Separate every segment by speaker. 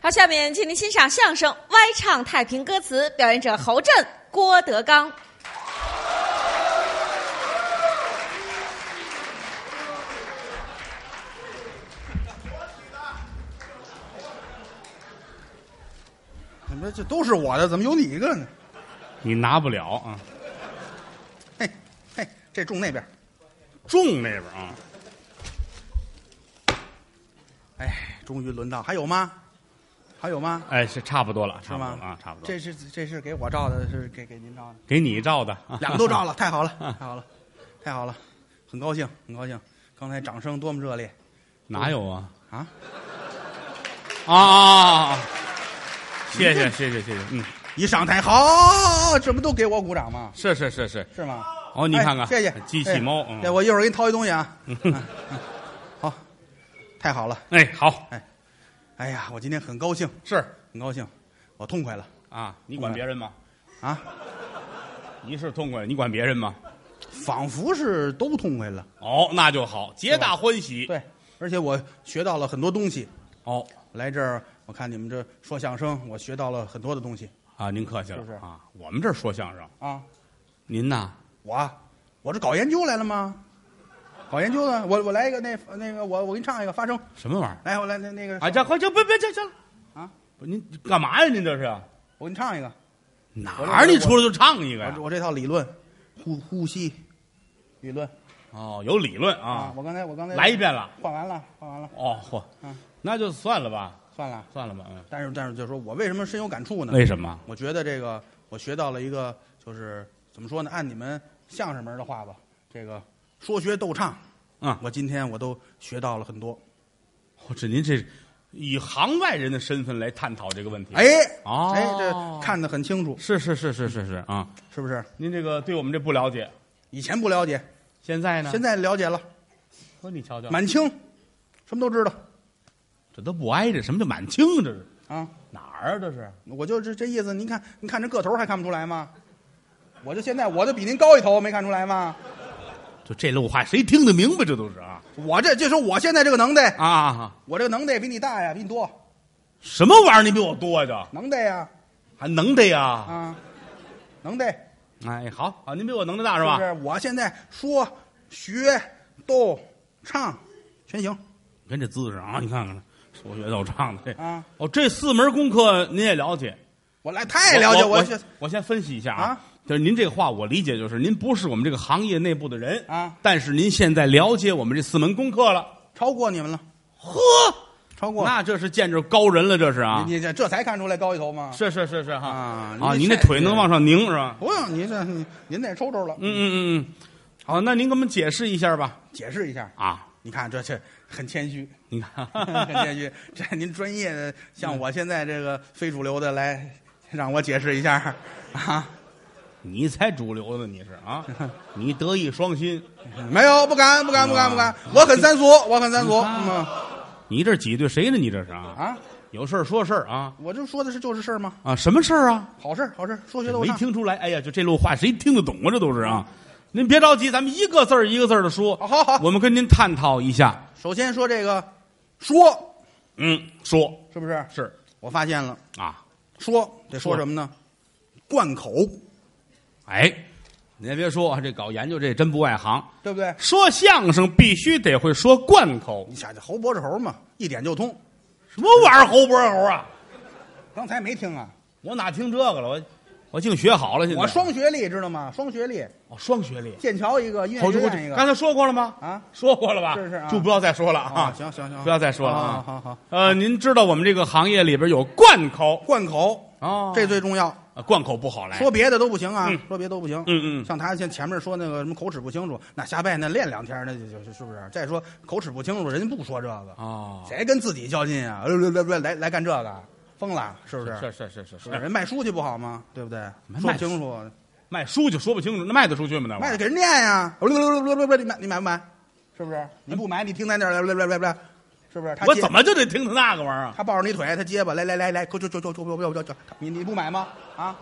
Speaker 1: 好，下面请您欣赏相声《歪唱太平歌词》，表演者侯震、郭德纲。
Speaker 2: 怎么这都是我的？怎么有你一个呢？
Speaker 3: 你拿不了啊，
Speaker 2: 嘿，嘿，这种那边。
Speaker 3: 重那边啊，
Speaker 2: 哎，终于轮到，还有吗？还有吗？
Speaker 3: 哎，是差不多了，
Speaker 2: 是
Speaker 3: 差不
Speaker 2: 吗？
Speaker 3: 多了啊，差不多。
Speaker 2: 这是这是给我照的，是给给您照的，
Speaker 3: 给你照的，啊
Speaker 2: 两个都照了，太好了，太好了，太好了，很高兴，很高兴。刚才掌声多么热烈
Speaker 3: 哪有啊？
Speaker 2: 啊！
Speaker 3: 啊啊！啊啊谢谢谢谢谢谢，嗯，
Speaker 2: 一上台，好，这不都给我鼓掌吗？
Speaker 3: 是是是是，
Speaker 2: 是吗？
Speaker 3: 哦，你
Speaker 2: 哎
Speaker 3: 看看，
Speaker 2: 谢谢
Speaker 3: 机器猫，
Speaker 2: 哎
Speaker 3: 嗯
Speaker 2: 哎，我一会儿给你掏一东西 啊。
Speaker 3: 嗯
Speaker 2: 嗯嗯好，太好了。
Speaker 3: 哎，好
Speaker 2: 哎呀，我今天很高兴，
Speaker 3: 是
Speaker 2: 很高兴，我痛快了
Speaker 3: 啊，你管别人吗？
Speaker 2: 啊，
Speaker 3: 你是痛快，你管别人吗？
Speaker 2: 仿佛是都痛快了。
Speaker 3: 哦，那就好，皆大欢喜。
Speaker 2: 对，而且我学到了很多东西。
Speaker 3: 哦，
Speaker 2: 来这儿，我看你们这说相声，我学到了很多的东西
Speaker 3: 啊，您客气了
Speaker 2: 是不是
Speaker 3: 啊，我们这儿说相声，
Speaker 2: 啊。
Speaker 3: 您呐，
Speaker 2: 我啊我这搞研究来了吗？搞研究的，我我来一个那那个我我给你唱一个发声，
Speaker 3: 什么玩意儿？
Speaker 2: 来我来那那个
Speaker 3: 啊，这快这别别这这
Speaker 2: 啊！
Speaker 3: 不，您干嘛呀？您这是
Speaker 2: 我给你唱一个，
Speaker 3: 哪
Speaker 2: 我
Speaker 3: 儿？你出来就唱一个
Speaker 2: 我
Speaker 3: 呀
Speaker 2: 这？我这套理论，呼呼吸理论
Speaker 3: 哦，有理论啊，
Speaker 2: 我刚才我刚才
Speaker 3: 来一遍了。
Speaker 2: 换完了换完了
Speaker 3: 哦，嚯
Speaker 2: 嗯，
Speaker 3: 那就算了吧，
Speaker 2: 算了，
Speaker 3: 算了吧，嗯。
Speaker 2: 但是但是就说我为什么深有感触呢？
Speaker 3: 为什么？
Speaker 2: 我觉得这个我学到了一个就是怎么说呢？按你们相声门的话吧，这个说学逗唱，
Speaker 3: 嗯
Speaker 2: 我今天我都学到了很多。
Speaker 3: 我这您这以行外人的身份来探讨这个问题，，
Speaker 2: 哎，
Speaker 3: 哦
Speaker 2: 哎，这看得很清楚，
Speaker 3: 是是是是是是啊，
Speaker 2: 是不是？
Speaker 3: 您这个对我们这不了解，
Speaker 2: 以前不了解，
Speaker 3: 现在呢？
Speaker 2: 现在了解了。
Speaker 3: 说你瞧瞧，
Speaker 2: 满清，什么都知道
Speaker 3: 这都不挨着，什么叫满清啊？这是
Speaker 2: 啊。
Speaker 3: 哪儿啊？这是
Speaker 2: 我就这这意思，您看，您看这个头还看不出来吗？我就现在我就比您高一头，没看出来吗？
Speaker 3: 就这路话谁听得明白？这都是啊
Speaker 2: 我这就说我现在这个能耐，
Speaker 3: 啊啊！啊
Speaker 2: 我这个能耐比你大呀，比你多，
Speaker 3: 什么玩意儿？你比我多呀？
Speaker 2: 能耐呀
Speaker 3: 这还能的呀？
Speaker 2: 啊，能耐
Speaker 3: 哎，好好，您比我能耐大是
Speaker 2: 是
Speaker 3: 吧
Speaker 2: 不？是？我现在说学逗唱全行
Speaker 3: 你看这姿势啊，你看看，我觉得我唱的这
Speaker 2: 啊，
Speaker 3: 哦，这四门功课您也了解。
Speaker 2: 我来太了解
Speaker 3: 我
Speaker 2: 这
Speaker 3: 先我先分析一下
Speaker 2: 啊
Speaker 3: 啊，就是您这个话我理解就是您不是我们这个行业内部的人
Speaker 2: 啊，
Speaker 3: 但是您现在了解我们这四门功课了，
Speaker 2: 超过你们了，
Speaker 3: 呵，
Speaker 2: 超过
Speaker 3: 那这是见着高人了，这是啊，
Speaker 2: 你你这这才看出来高一头吗？
Speaker 3: 是是是是哈
Speaker 2: 啊
Speaker 3: 啊，
Speaker 2: 您
Speaker 3: 您
Speaker 2: 这
Speaker 3: 这腿能往上拧是吧？
Speaker 2: 不用，您这您您得抽抽了。
Speaker 3: 嗯嗯嗯嗯，好，那您给我们解释一下吧
Speaker 2: 解释一下，
Speaker 3: 啊，
Speaker 2: 你看这这很谦虚，
Speaker 3: 你看
Speaker 2: 很谦虚。这您专业的，像我现在这个非主流的来，让我解释一下啊？
Speaker 3: 你才主流呢，你是 啊，你德艺双馨，
Speaker 2: 没有，不敢，不
Speaker 3: 嗯
Speaker 2: 敢，不敢，不敢。我很三俗，我很三俗。
Speaker 3: 你看
Speaker 2: 嗯
Speaker 3: 你这挤兑谁呢？你这是啊，
Speaker 2: 啊，
Speaker 3: 有事儿说事儿啊
Speaker 2: 我就说的是就是事儿嘛，
Speaker 3: 啊，什么事儿啊？
Speaker 2: 好事儿，好事儿，说学逗
Speaker 3: 没
Speaker 2: 唱。
Speaker 3: 听出来，哎呀，就这路话谁听得懂啊？这都是啊！您别着急，咱们一个字儿一个字儿的说。
Speaker 2: 好好好
Speaker 3: 我们跟您探讨一下。
Speaker 2: 首先说这个说，
Speaker 3: 嗯，说
Speaker 2: 是不是？
Speaker 3: 是
Speaker 2: 我发现了，
Speaker 3: 啊，
Speaker 2: 说得说
Speaker 3: 说
Speaker 2: 什么呢？贯口，
Speaker 3: 哎，您还别说，这搞研究这真不外行。
Speaker 2: 对不对？
Speaker 3: 说相声必须得会说贯口，
Speaker 2: 你想这猴脖子猴嘛，一点就通。
Speaker 3: 什么玩意儿猴脖猴啊？
Speaker 2: 刚才没听啊，
Speaker 3: 我哪听这个了？我我净学好了，现在
Speaker 2: 我双学历知道吗？双学历，
Speaker 3: 哦双学历。
Speaker 2: 剑桥一个，音乐学院一个
Speaker 3: 刚才说过了吗？
Speaker 2: 啊。
Speaker 3: 说过了吧？
Speaker 2: 是是啊
Speaker 3: 就不要再说了
Speaker 2: 啊
Speaker 3: 啊，！
Speaker 2: 行行行，
Speaker 3: 不要再说了
Speaker 2: 好
Speaker 3: 啊！
Speaker 2: 好好，
Speaker 3: 呃，您知道我们这个行业里边有贯口
Speaker 2: 贯口
Speaker 3: 哦
Speaker 2: 这最重要，
Speaker 3: 啊贯口不好来。
Speaker 2: 说别的都不行啊
Speaker 3: 嗯，
Speaker 2: 说别的都不行。
Speaker 3: 嗯嗯
Speaker 2: 像他像前面说那个什么口齿不清楚，那瞎掰那练两天那就就是不是？再说口齿不清楚，人家不说这个，
Speaker 3: 哦，
Speaker 2: 谁跟自己较劲啊？ 来来来来来干这个，疯了是不是？
Speaker 3: 是是是是
Speaker 2: 是不是人卖书去不好吗？对不对？
Speaker 3: 卖啊
Speaker 2: 说不清楚，
Speaker 3: 卖书就说不清楚，那卖得出去吗？那玩意
Speaker 2: 卖
Speaker 3: 儿
Speaker 2: 的给人念呀！ 来来来来来来，你买你买不买？是不是？你不买，你听在那儿来来来来来，是不是？他
Speaker 3: 我
Speaker 2: 接
Speaker 3: 怎么就得听他那个玩意儿啊？
Speaker 2: 他抱着你腿，他结巴，来来来来，就就就就就就就就，你你不买吗？啊，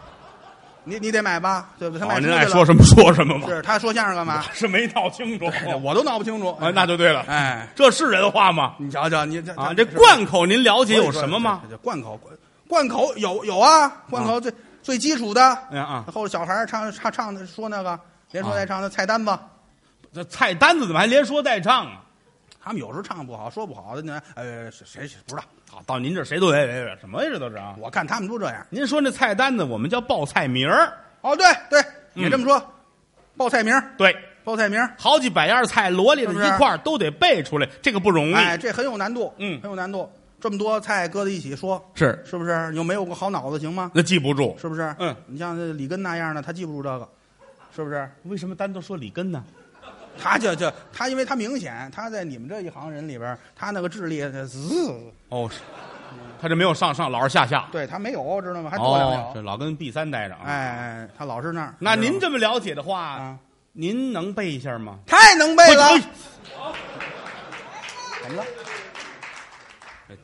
Speaker 2: 你你得买吧，对不对？他卖
Speaker 3: 好，
Speaker 2: 出
Speaker 3: 哦您
Speaker 2: 去
Speaker 3: 爱
Speaker 2: 了
Speaker 3: 说什么说什么吧，
Speaker 2: 是他说相声干 嘛？
Speaker 3: 是没闹 清楚，
Speaker 2: 我都闹不清楚。
Speaker 3: 哎，那就对了，
Speaker 2: 哎，
Speaker 3: 这是人话吗？
Speaker 2: 你瞧瞧，你这
Speaker 3: 啊，这贯口您了解
Speaker 2: 这
Speaker 3: 有什么吗？？
Speaker 2: 这贯口贯贯口有有啊，贯口最最基础的。
Speaker 3: 哎呀啊，
Speaker 2: 后头小孩儿唱唱唱的说那个连说带唱的菜单子，
Speaker 3: 这菜单子怎么还连说带唱啊？
Speaker 2: 他们有时候唱不好，说不好的那呃谁谁不知道，
Speaker 3: 好，到您这儿谁都哎哎哎什么呀？这都是啊！
Speaker 2: 我看他们都这样。
Speaker 3: 您说那菜单子，我们叫报菜名儿，
Speaker 2: 哦，对对，也
Speaker 3: 嗯
Speaker 2: 这么说，报菜名儿，
Speaker 3: 对，
Speaker 2: 报菜名儿，
Speaker 3: 好几百样菜罗列在
Speaker 2: 是不是
Speaker 3: 一块儿，都得背出来，这个不容易。
Speaker 2: 哎，这很有难度，
Speaker 3: 嗯
Speaker 2: 很有难度。这么多菜搁在一起说，
Speaker 3: 是，
Speaker 2: 是不是？你就没有个好脑子行吗？
Speaker 3: 那记不住。
Speaker 2: 是不是？
Speaker 3: 嗯，
Speaker 2: 你像这李根那样的，他记不住这个，是不是？
Speaker 3: 为什么单独说里根呢？
Speaker 2: 他这这他，因为他明显他在你们这一行人里边儿，他那个智力，他滋，
Speaker 3: 哦，是，他这没有上上，老是下下。
Speaker 2: 对他没有，知道吗？还做两
Speaker 3: 哦，这
Speaker 2: 了。
Speaker 3: 老跟 B 三待着啊。
Speaker 2: 哎，哎，他老是那儿。
Speaker 3: 那
Speaker 2: 你知道
Speaker 3: 您这么了解的话，
Speaker 2: 吗啊，
Speaker 3: 您能背一下吗？
Speaker 2: 太能背了
Speaker 3: 哎，
Speaker 2: 怎么了？
Speaker 3: 哎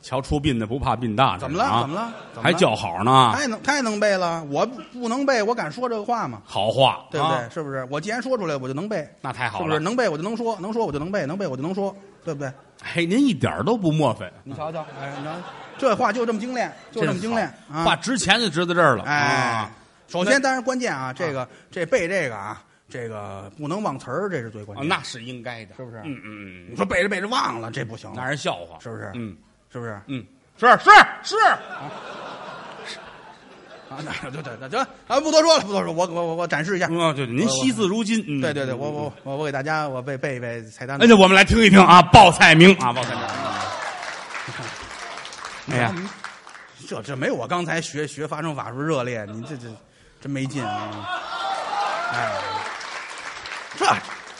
Speaker 3: 瞧出殡的不怕殡大，
Speaker 2: 怎么了？
Speaker 3: 啊
Speaker 2: 怎么了？哎怎么
Speaker 3: 还
Speaker 2: 了
Speaker 3: 叫啊好呢？
Speaker 2: 太能太能背了，我不不能背，我敢说这个话吗？
Speaker 3: 好话，
Speaker 2: 对不对？
Speaker 3: 啊
Speaker 2: 是不是？我既然说出来，我就能背，
Speaker 3: 那太
Speaker 2: 是
Speaker 3: 好
Speaker 2: 不
Speaker 3: 了
Speaker 2: 是？。能背我就能说，能说我就能背，能背我就能说，对不对？
Speaker 3: 哎，您一点儿都不墨粉，
Speaker 2: 你瞧瞧，哎，你瞧，这话就这么精炼，就这么精炼
Speaker 3: 好话
Speaker 2: 啊！
Speaker 3: 值钱就值在这儿了。
Speaker 2: 哎
Speaker 3: 啊，，
Speaker 2: 首先，当然关键啊，这个这背这个啊，这个不能忘词儿，这是最关
Speaker 3: 啊
Speaker 2: 键。
Speaker 3: 那是应该的，
Speaker 2: 是不是
Speaker 3: 嗯嗯嗯
Speaker 2: 你
Speaker 3: 嗯，
Speaker 2: 说背着背着忘了，这不行，
Speaker 3: 那人笑话，
Speaker 2: 是不是
Speaker 3: 嗯
Speaker 2: 是不是？
Speaker 3: 嗯，是是是，
Speaker 2: 啊，那对对对，行，啊，不多说了，不多说，我我我我展示一下。
Speaker 3: 嗯，对，您
Speaker 2: 我
Speaker 3: 惜字如金。嗯
Speaker 2: 对对对，我我我我给大家我背背一背菜单子
Speaker 3: 哎，。那我们来听一听啊，报菜名啊， 报菜名。哎呀，
Speaker 2: 嗯，这这没我刚才学学发声法术热烈，你这这真没劲啊！哎，这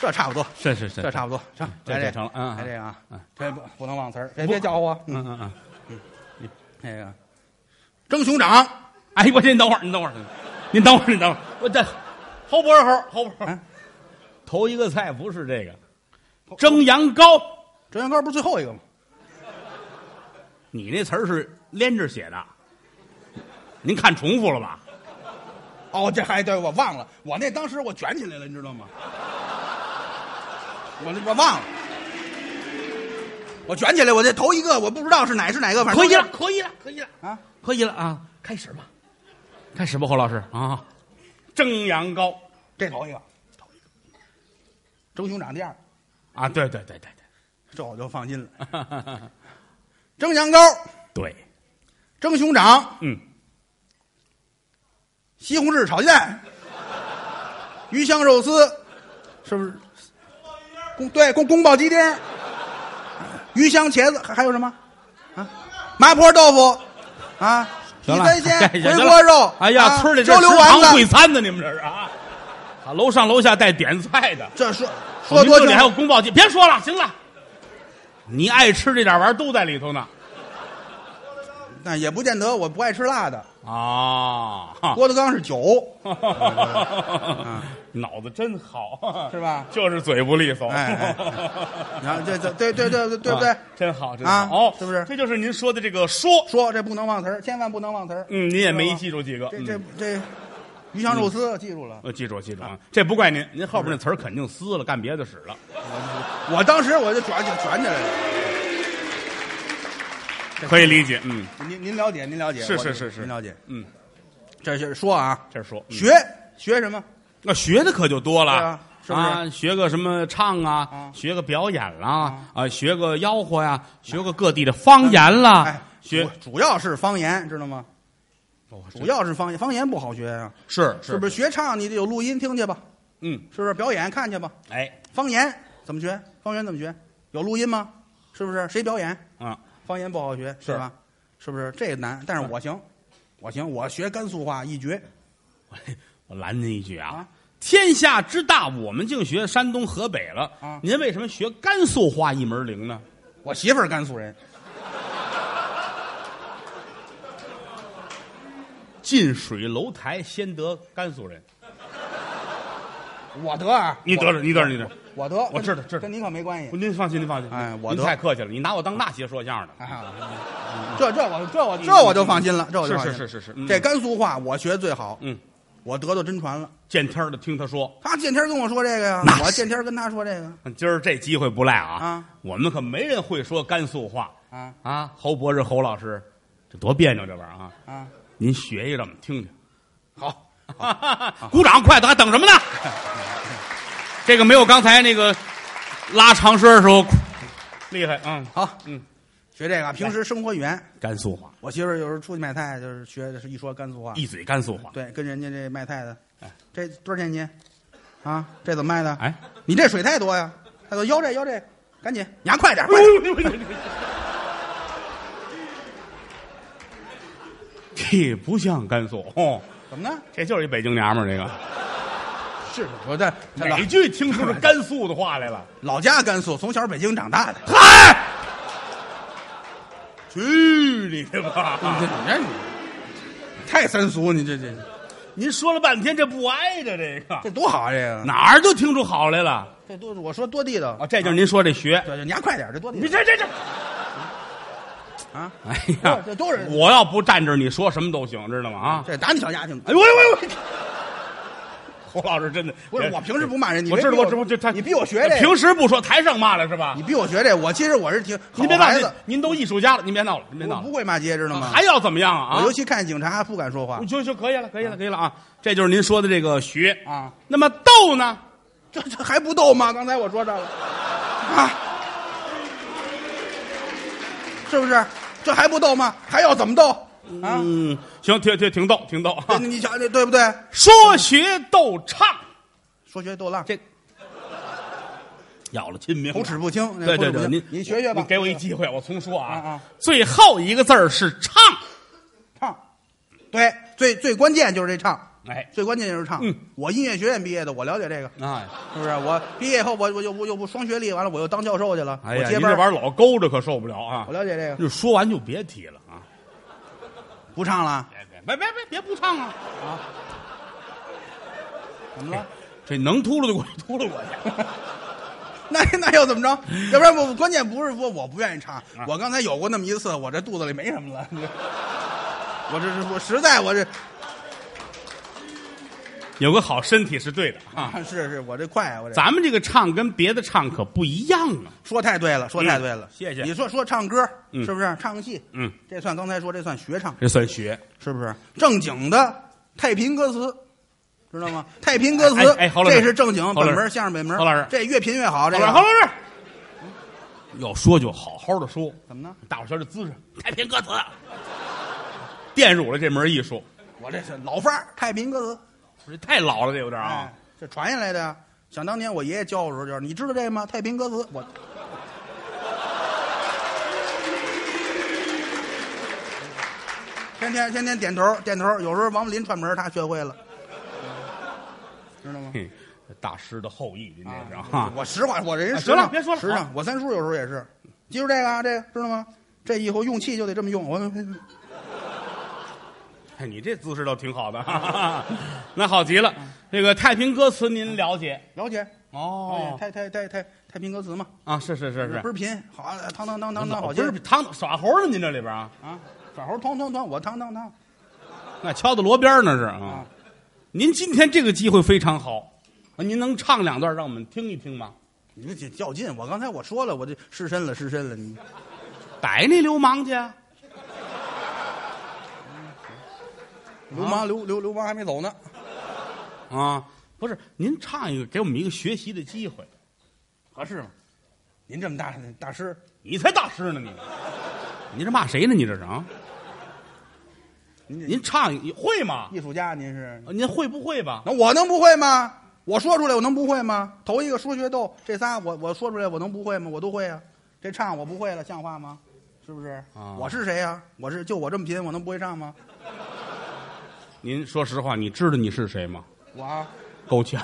Speaker 2: 这差不多，
Speaker 3: 是是是，
Speaker 2: 这差不多，成，
Speaker 3: 这
Speaker 2: 来这
Speaker 3: 这成了嗯
Speaker 2: 来这个啊
Speaker 3: 嗯，
Speaker 2: 别不不能忘词儿，别
Speaker 3: 不
Speaker 2: 别叫我，
Speaker 3: 嗯嗯嗯。
Speaker 2: 那个蒸熊掌，
Speaker 3: 哎，我您等会儿，您等会儿，您等会儿，您等会儿，我这侯伯侯侯伯侯
Speaker 2: 啊，
Speaker 3: 头一个菜不是这个，蒸羊羔，
Speaker 2: 蒸羊羔不是最后一个吗？
Speaker 3: 你那词儿是连着写的，您看重复了吧？
Speaker 2: 哦，这还对我忘了，我那当时我卷起来了，你知道吗？我那我忘了，我卷起来，我这头一个我不知道是哪是哪个，反正
Speaker 3: 可以了，可以了，可以了，
Speaker 2: 啊。
Speaker 3: 可以了啊！开始吧，开始吧，侯老师啊，蒸羊羔
Speaker 2: 这头一个，头一个，蒸熊掌第二，
Speaker 3: 啊，对对对对
Speaker 2: 这我就放心了。
Speaker 3: 对，
Speaker 2: 蒸羊羔，
Speaker 3: 对，
Speaker 2: 蒸熊掌，
Speaker 3: 嗯，
Speaker 2: 西红柿炒鸡蛋，鱼香肉丝，是不是？宫对宫宫保鸡丁，鱼香茄子，还还有什么？啊，麻婆豆腐，啊，
Speaker 3: 行
Speaker 2: 地
Speaker 3: 了，
Speaker 2: 三鲜，
Speaker 3: 行了
Speaker 2: 回锅肉，
Speaker 3: 哎呀，
Speaker 2: 啊
Speaker 3: 村里这
Speaker 2: 周
Speaker 3: 食
Speaker 2: 六丸
Speaker 3: 堂
Speaker 2: 子，
Speaker 3: 会餐的，你们这是啊？啊，楼上楼下带点 菜的，
Speaker 2: 这说
Speaker 3: 我
Speaker 2: 说
Speaker 3: 们
Speaker 2: 多
Speaker 3: 这里
Speaker 2: 清
Speaker 3: 还有
Speaker 2: 楚，
Speaker 3: 宫保鸡，别说了，行了，你爱吃这点玩意儿都在里头呢
Speaker 2: 那也不见得我不爱吃辣的。
Speaker 3: 啊！哈
Speaker 2: 郭德纲是酒，
Speaker 3: 脑子真好，
Speaker 2: 是吧
Speaker 3: 就是嘴不利索。
Speaker 2: 哎哎然后这这对对对对对不对
Speaker 3: 啊？真好，真
Speaker 2: 啊
Speaker 3: 好，哦
Speaker 2: 是不是
Speaker 3: 这就是您说的这个说，
Speaker 2: 说这不能忘词儿，千万不能忘词儿。
Speaker 3: 嗯，您也没记住几个，
Speaker 2: 这这
Speaker 3: 嗯
Speaker 2: 这鱼香肉丝记住了。
Speaker 3: 呃，记住记住啊，这不怪您，您后边那词儿肯定撕了，干别的使了。
Speaker 2: 我当时我就卷起卷起来了。
Speaker 3: 可以理解，嗯
Speaker 2: 您您了解，您了解，
Speaker 3: 是
Speaker 2: 我
Speaker 3: 是
Speaker 2: 这
Speaker 3: 是是
Speaker 2: 您了解。
Speaker 3: 嗯，
Speaker 2: 这就是说啊，
Speaker 3: 这是说嗯
Speaker 2: 学学什么？
Speaker 3: 那学的可就多了，
Speaker 2: 对啊是不是
Speaker 3: 啊学个什么唱啊，
Speaker 2: 啊
Speaker 3: 学个表演啦，啊，学个吆喝呀，学个各地的方言啦，
Speaker 2: 哎，
Speaker 3: 啊学
Speaker 2: 主主要是方言，知道吗？主要是方言，方言不好学啊，
Speaker 3: 是
Speaker 2: 是不
Speaker 3: 是？
Speaker 2: 是？学唱你得有录音听去吧，
Speaker 3: 嗯，
Speaker 2: 是不是？表演看去吧，
Speaker 3: 哎，
Speaker 2: 方言怎么学？方言怎么学？有录音吗？是不是？谁表演？
Speaker 3: 啊，
Speaker 2: 方言不好学，
Speaker 3: 是
Speaker 2: 是吧？是不是这难？但是我行，我行，我学甘肃话一绝
Speaker 3: 我拦您一句啊。
Speaker 2: 啊
Speaker 3: 天下之大，我们竟学山东、河北了。
Speaker 2: 啊
Speaker 3: 您为什么学甘肃话一门灵呢？
Speaker 2: 我媳妇儿甘肃人，
Speaker 3: 近水楼台先得甘肃人。
Speaker 2: 我得啊，
Speaker 3: 你得
Speaker 2: 我
Speaker 3: 着，你得着，你得着。
Speaker 2: 我得，
Speaker 3: 我知道知道
Speaker 2: 跟您可没关系。
Speaker 3: 您放心，您放心。
Speaker 2: 哎我
Speaker 3: 您
Speaker 2: 得
Speaker 3: 太客气了，你拿我当大姐说相声的。
Speaker 2: 啊，这这我这我
Speaker 3: 你
Speaker 2: 这我就放心了，这我就是放心
Speaker 3: 嗯是
Speaker 2: 了
Speaker 3: 是是是，嗯
Speaker 2: 这甘肃话我学最好，
Speaker 3: 嗯，
Speaker 2: 我得到真传了。
Speaker 3: 见天儿的听他说，
Speaker 2: 他见天儿跟我说这个呀
Speaker 3: 那，是
Speaker 2: 我见天儿跟他说这个
Speaker 3: 今儿这机会不赖啊！
Speaker 2: 啊
Speaker 3: 我们可没人会说甘肃话
Speaker 2: 啊
Speaker 3: 啊！侯博士、侯老师，这多别扭这玩意儿啊！
Speaker 2: 啊！
Speaker 3: 您学一个，让我们听听。好， 鼓掌，快，还等什么呢？这个没有刚才那个拉长声的时候 厉害，嗯，
Speaker 2: 好，
Speaker 3: 嗯，哎
Speaker 2: 学这个啊，平时生活语言。
Speaker 3: 甘肃话，
Speaker 2: 我媳妇儿有时候出去买菜，就是学的是一说甘肃话，
Speaker 3: 一嘴甘肃话。
Speaker 2: 对，跟人家这卖菜的，这多少钱一斤？啊，这怎么卖的？
Speaker 3: 哎，
Speaker 2: 你这水太多呀！他说腰这腰这，赶紧，你还快点，快点！
Speaker 3: 这不像甘肃，哦，
Speaker 2: 怎么呢？
Speaker 3: 这就是一北京娘们儿，这个
Speaker 2: 是我这这老
Speaker 3: 哪句听出是甘肃的话来了？
Speaker 2: 老家甘肃，从小北京长大的。
Speaker 3: 嗨，去你的吧！
Speaker 2: 你这你啊太三俗，你这这
Speaker 3: 您说了半天，这不挨着这个，
Speaker 2: 这多好啊！这个
Speaker 3: 哪儿就听出好来了
Speaker 2: 这多我说多地道
Speaker 3: 啊！这就是您说这学，
Speaker 2: 对，对你还快点，这多地
Speaker 3: 你
Speaker 2: 道
Speaker 3: 这这这。
Speaker 2: 啊！
Speaker 3: 哎
Speaker 2: 这
Speaker 3: 呀，
Speaker 2: 这都是
Speaker 3: 我要不站这儿，你说什么都行，知道吗？啊！
Speaker 2: 这打你小丫头呢。
Speaker 3: 哎呦喂 喂喂！侯老师真的
Speaker 2: 不是我平时不骂人，你
Speaker 3: 哎我
Speaker 2: 别
Speaker 3: 知道，
Speaker 2: 逼
Speaker 3: 我知道，这他哎
Speaker 2: 你逼我学这，
Speaker 3: 平
Speaker 2: 个，
Speaker 3: 时不说，台上骂了是吧
Speaker 2: 你？逼我学这，我其实我是挺好
Speaker 3: 您别闹
Speaker 2: 孩子，，
Speaker 3: 您都艺术家了，您别闹了，您别
Speaker 2: 我
Speaker 3: 闹
Speaker 2: 不
Speaker 3: 了，
Speaker 2: 会骂街，知道吗？
Speaker 3: 还要怎么样啊？
Speaker 2: 我
Speaker 3: 啊
Speaker 2: 尤其看见警察不敢说话
Speaker 3: 就就可以了，可以了，可以了啊！这就是您说的这个学。
Speaker 2: 啊，
Speaker 3: 那么逗呢？
Speaker 2: 这这还不逗吗？刚才我说这了啊，是不是？这还不逗吗？还要怎么逗啊？
Speaker 3: 嗯，行，挺挺挺逗，挺逗。
Speaker 2: 这你瞧，这对不对？
Speaker 3: 说学逗唱，
Speaker 2: 说学逗浪，
Speaker 3: 这要了亲命了
Speaker 2: 口。齿不清。
Speaker 3: 对对
Speaker 2: 口齿
Speaker 3: 对，
Speaker 2: 不清
Speaker 3: 您
Speaker 2: 你学学吧，
Speaker 3: 给我一机会，我重说
Speaker 2: 啊啊
Speaker 3: 啊。最后一个字儿是唱，
Speaker 2: 唱。对，最最关键就是这唱，
Speaker 3: 哎，
Speaker 2: 最关键就是唱。
Speaker 3: 嗯
Speaker 2: 我音乐学院毕业的，我了解这个。
Speaker 3: 哎。
Speaker 2: 是不是？我毕业以后，我我又不又不双学历，完了我又当教授去了，
Speaker 3: 哎
Speaker 2: 我
Speaker 3: 呀，
Speaker 2: 接
Speaker 3: 您
Speaker 2: 班
Speaker 3: 这
Speaker 2: 儿。
Speaker 3: 玩意儿老勾着可受不了啊
Speaker 2: 我！了解这个，
Speaker 3: 就说完就别提了啊！
Speaker 2: 不唱了，
Speaker 3: 别别别别别不唱啊！
Speaker 2: 怎 么了？
Speaker 3: 哎这能秃噜就过去，秃噜过去。
Speaker 2: 那那又怎么着？要不然我关键不是说我不愿意唱，
Speaker 3: 啊
Speaker 2: 我刚才有过那么一次，我这肚子里没什么了， 我这是我实在我这
Speaker 3: 有个好身体是对的啊！
Speaker 2: 啊是是我这快啊我这
Speaker 3: 咱们这个唱跟别的唱可不一样啊！
Speaker 2: 说太对了，说太对了，
Speaker 3: 嗯谢谢
Speaker 2: 你说说唱歌
Speaker 3: 嗯
Speaker 2: 是不是？唱个戏，
Speaker 3: 嗯，
Speaker 2: 这算刚才说这算学唱
Speaker 3: 这算学。
Speaker 2: 是不是？正经的太平歌词。知道吗？太平歌词，
Speaker 3: 哎哎侯老师
Speaker 2: 这是正经
Speaker 3: 侯老师
Speaker 2: 本门相声本门。
Speaker 3: 侯老师
Speaker 2: 这越贫越好。
Speaker 3: 好
Speaker 2: 这
Speaker 3: 了
Speaker 2: 个
Speaker 3: 好了，好了要说就好好的说，
Speaker 2: 怎么呢？
Speaker 3: 大伙儿瞧这姿势，太平歌词，玷辱了这门艺术，
Speaker 2: 我这是老范儿，太平歌词
Speaker 3: 这太老了，这有点啊
Speaker 2: 哎！，这传下来的呀。想当年我爷爷教我的时候，就是你知道这吗？太平歌词，我天天天天点头点头。有时候王文林串门，他学会了，知道吗？
Speaker 3: 嘿大师的后裔，您这是
Speaker 2: 啊
Speaker 3: 啊！
Speaker 2: 我实话，我这人
Speaker 3: 啊
Speaker 2: 实诚
Speaker 3: 行了别说了
Speaker 2: 实诚
Speaker 3: 好。
Speaker 2: 我三叔有时候也是，记住这个啊，这个知道吗？这以后用气就得这么用。我我
Speaker 3: 哎，你这姿势倒挺好的， 哈哈哈那好极了。这个太平歌词您了解
Speaker 2: 了解，
Speaker 3: 哦？
Speaker 2: 哎太太太太太平歌词嘛，
Speaker 3: 啊，哦是是是是
Speaker 2: 倍，儿贫，好，当当当当当，好
Speaker 3: 老不
Speaker 2: 劲
Speaker 3: 是
Speaker 2: 儿
Speaker 3: 汤耍猴呢？您这里边啊，
Speaker 2: 啊！耍猴通通通，我当当当。
Speaker 3: 那敲到锣边儿那是啊
Speaker 2: 啊。
Speaker 3: 您今天这个机会非常好，啊您能唱两段让我们听一听吗？
Speaker 2: 你这这较劲！我刚才我说了，我这失身了，失身了。你
Speaker 3: 啊逮那流氓去啊！
Speaker 2: 流氓流流流氓还没走呢，
Speaker 3: 啊不是，您唱一个，给我们一个学习的机会。
Speaker 2: 合适吗？您这么大大师，
Speaker 3: 你才大师呢，你，你这骂谁呢？你这是啊？
Speaker 2: 您这
Speaker 3: 您唱一会吗？
Speaker 2: 艺术家，您是？
Speaker 3: 啊您会不会吧？
Speaker 2: 那我能不会吗？我说出来，我能不会吗？头一个说学逗，这仨我我说出来，我能不会吗？我都会啊。这唱我不会了，像话吗？是不是？
Speaker 3: 啊
Speaker 2: 我是谁呀、我是就我这么贫，我能不会唱吗？
Speaker 3: 您说实话，你知道你是谁吗？
Speaker 2: 我啊，
Speaker 3: 够呛。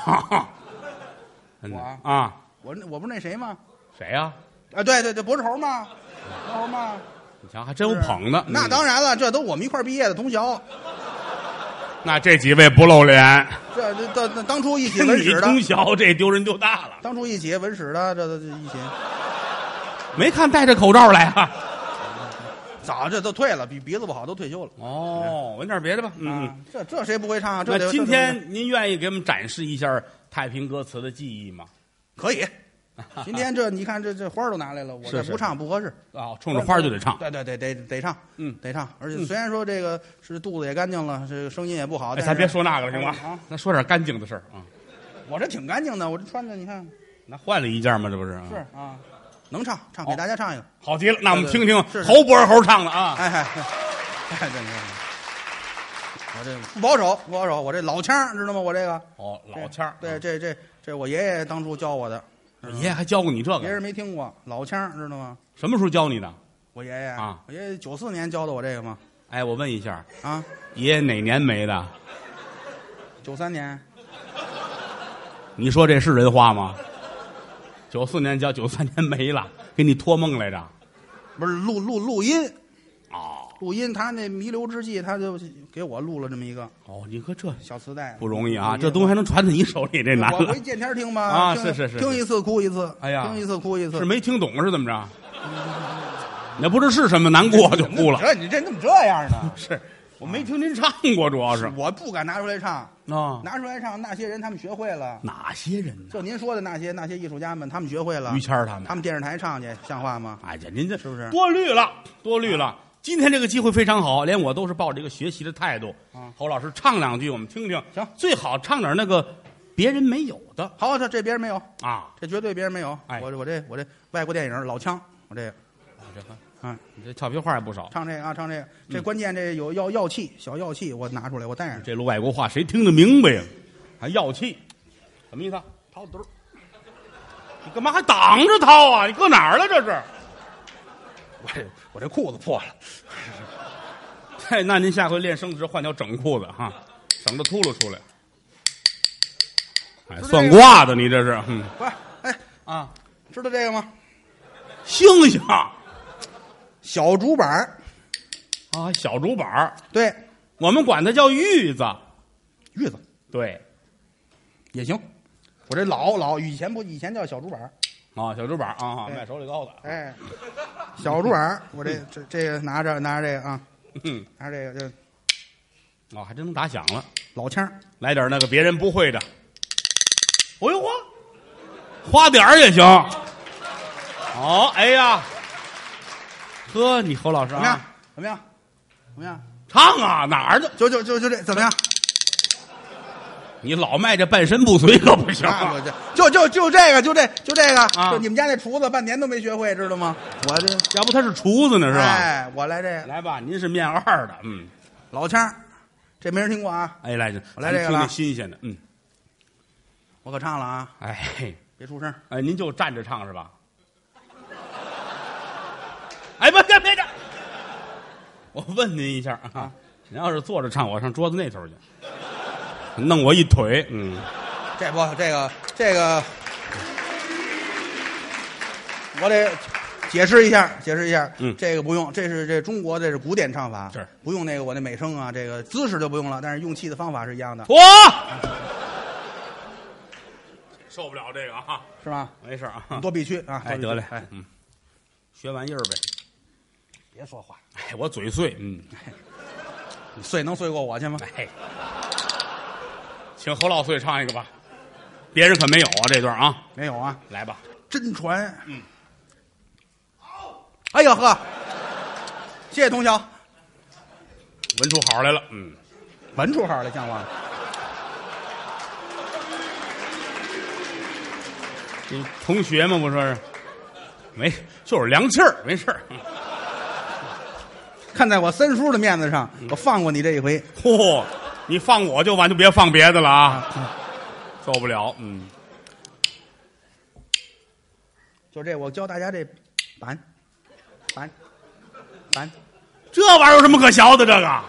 Speaker 3: 真 的
Speaker 2: 我啊
Speaker 3: 啊，
Speaker 2: 我那我不是那谁吗？
Speaker 3: 谁呀、
Speaker 2: 啊，对对对，不是猴吗？不是猴吗？
Speaker 3: 你瞧，还真有捧的。
Speaker 2: 那
Speaker 3: 嗯
Speaker 2: 当然了，这都我们一块儿毕业的同学，
Speaker 3: 那这几位不露 脸，
Speaker 2: 这这这这当初一起
Speaker 3: 听
Speaker 2: 文
Speaker 3: 你
Speaker 2: 史的。
Speaker 3: 从小这丢人丢大了。
Speaker 2: 当初一起文史的，这这这一起，
Speaker 3: 没看戴着口罩来啊？
Speaker 2: 早这都退了，比鼻子不好都退休了。
Speaker 3: 哦，闻点别的吧。
Speaker 2: 啊
Speaker 3: 嗯，，
Speaker 2: 这这谁不会唱啊？这得
Speaker 3: 那今
Speaker 2: 这得
Speaker 3: 天您愿意给我们展示一下太平歌词的技艺吗？
Speaker 2: 可 以。今天这你看这这花儿都拿来了，我
Speaker 3: 是
Speaker 2: 这
Speaker 3: 是
Speaker 2: 不唱不合适。
Speaker 3: 啊，冲着花儿就得唱。
Speaker 2: 对对对，得得唱，
Speaker 3: 嗯
Speaker 2: 得唱。而且虽然说这个是肚子也干净了，这个声音也不好，
Speaker 3: 哎，
Speaker 2: 但
Speaker 3: 咱
Speaker 2: 是
Speaker 3: 别说那个了，行吗
Speaker 2: 啊？嗯
Speaker 3: 咱说点干净的事儿啊。
Speaker 2: 我这挺干净的，我这穿着你看
Speaker 3: 那换了一件吗？这不是？
Speaker 2: 是，啊，能唱唱，给大家唱一个。
Speaker 3: 嗯好极了。那我们听听
Speaker 2: 对对是是
Speaker 3: 侯伯儿猴唱的啊。
Speaker 2: 哎哎 哎，对对对，我这不保守，不保守，我这老腔儿知道吗？我这个
Speaker 3: 哦，老腔儿。
Speaker 2: 对，
Speaker 3: 嗯
Speaker 2: 这这这我爷爷当初教我的，
Speaker 3: 爷爷还教过你这
Speaker 2: 别
Speaker 3: 个？
Speaker 2: 人没听过老腔儿知道吗？
Speaker 3: 什么时候教你的？
Speaker 2: 我爷爷
Speaker 3: 啊，
Speaker 2: 我爷爷九四年教的我这个嘛，
Speaker 3: 哎，我问一下，
Speaker 2: 啊，
Speaker 3: 爷爷哪年没的？
Speaker 2: 九三年
Speaker 3: 你说这是人话吗？九四年教，九三年没了，给你托梦来着。
Speaker 2: 不是录录录音，
Speaker 3: 哦
Speaker 2: 录音他那弥留之际，他就给我录了这么一个
Speaker 3: 哦，你看这
Speaker 2: 小磁带，
Speaker 3: 不容易啊，
Speaker 2: 录音
Speaker 3: 这东西还能传到你手里，这难
Speaker 2: 我
Speaker 3: 了
Speaker 2: 回。见天儿听吧，
Speaker 3: 啊
Speaker 2: 听
Speaker 3: 是是是
Speaker 2: 听一次哭一次，
Speaker 3: 哎呀
Speaker 2: 听一次哭一次，
Speaker 3: 是没听懂是怎么着？那不知是什么，难过就哭 了。
Speaker 2: 这你这怎么这样呢？
Speaker 3: 是我没听您唱过，主 要是
Speaker 2: 我不敢拿出来唱，
Speaker 3: 啊，
Speaker 2: 拿出来唱，那些人他们学会了，
Speaker 3: 哪些人呢？
Speaker 2: 就您说的那些那些艺术家们，他们学会了
Speaker 3: 于，谦儿他们
Speaker 2: 他。们电视台唱去，像话吗？
Speaker 3: 哎呀，您这
Speaker 2: 是不啊是
Speaker 3: 多虑了？多虑了。今天这个机会非常好，连我都是抱着一个学习的态度。
Speaker 2: 啊
Speaker 3: 侯老师唱两句，我们听听。
Speaker 2: 行
Speaker 3: 最好唱点那个别人没有的
Speaker 2: 好，这这别人没有，
Speaker 3: 啊。
Speaker 2: 这绝对别人没有，
Speaker 3: 哎
Speaker 2: 我我这我这外国电影老腔，我这个嗯
Speaker 3: 哎你这俏皮话也不少，
Speaker 2: 唱这个啊，唱这个，
Speaker 3: 嗯
Speaker 2: 这关键这有药药气，小药气，我拿出来，我带上去。
Speaker 3: 这路外国话谁听得明白呀？还要气，什么意思啊？掏兜儿你干嘛还挡着掏啊？你搁哪儿了？这是？
Speaker 2: 我这我这裤子破 了，
Speaker 3: 嘿，哎那您下回练声时换条整裤子哈，省得秃噜出来。哎，
Speaker 2: 是这
Speaker 3: 算
Speaker 2: 个
Speaker 3: 卦的你这是？嗯
Speaker 2: 不是，哎，
Speaker 3: 啊，
Speaker 2: 知道这个吗？
Speaker 3: 星啊星。
Speaker 2: 小竹板儿
Speaker 3: 啊，小竹板儿，
Speaker 2: 对，
Speaker 3: 我们管它叫玉子。
Speaker 2: 玉子
Speaker 3: 对，
Speaker 2: 也行。我这老老以前不以前叫小竹板儿，
Speaker 3: 啊，小竹板儿啊，
Speaker 2: 哎
Speaker 3: 卖手里高的。
Speaker 2: 哎，小竹板儿，我这这这个拿着拿着这个啊，
Speaker 3: 嗯，
Speaker 2: 拿着这个这
Speaker 3: 啊，还真能打响了。
Speaker 2: 老腔儿
Speaker 3: 来点那个别人不会的。哎呦嚯，花点儿也行。哦，哎呀，呵，你侯老师
Speaker 2: 怎么样
Speaker 3: 啊，？
Speaker 2: 怎么样？怎么样？
Speaker 3: 唱啊，哪儿的？
Speaker 2: 就就就就这 怎么样？
Speaker 3: 你老卖这半身不遂可不行啊、
Speaker 2: 那我这就就就这个就这就这个
Speaker 3: 啊
Speaker 2: 就你们家那厨子半年都没学会，知道吗？我这
Speaker 3: 要不他是厨子呢是吧？
Speaker 2: 哎，我来这个
Speaker 3: 来吧，您是面二的，嗯，
Speaker 2: 老腔儿，这没人听过啊，
Speaker 3: 哎，来这，
Speaker 2: 我来这个
Speaker 3: 咱们听
Speaker 2: 了
Speaker 3: 听新鲜的，嗯，
Speaker 2: 我可唱了啊，
Speaker 3: 哎嘿
Speaker 2: 别出声。
Speaker 3: 哎，您就站着唱是吧？哎，别别别着！我问您一下啊，您要是坐着唱，我上桌子那头去，弄我一腿。嗯，
Speaker 2: 这不，这个这个，我得解释一下，解释一下。
Speaker 3: 嗯
Speaker 2: 这个不用，这是这中国这是古典唱法，
Speaker 3: 是
Speaker 2: 不用那个我那美声啊，这个姿势就不用了，但是用气的方法是一样的，
Speaker 3: 我 受不了这个啊，
Speaker 2: 是吧？
Speaker 3: 没事啊
Speaker 2: 你，多必须啊！
Speaker 3: 哎，
Speaker 2: 多必
Speaker 3: 得嘞
Speaker 2: 须，哎，
Speaker 3: 嗯，学玩意儿呗。
Speaker 2: 别说话，
Speaker 3: 哎，我嘴碎，嗯，
Speaker 2: 你碎能碎过我去吗？
Speaker 3: 哎，请侯老碎唱一个吧，别人可没有啊这段啊，
Speaker 2: 没有啊，
Speaker 3: 来吧，
Speaker 2: 真传。嗯，好。哎呦呵，谢谢童晓，
Speaker 3: 闻出好来了，嗯，
Speaker 2: 闻出号来，像话吗？
Speaker 3: 你同学嘛，不说是，没，就是凉气儿，没事儿。
Speaker 2: 看在我三叔的面子上，我放过你这一回。
Speaker 3: 嚯、你放我就完，就别放别的了啊，受不了。嗯，
Speaker 2: 就这，我教大家这板板板，
Speaker 3: 这玩意儿有什么可学的？这个啊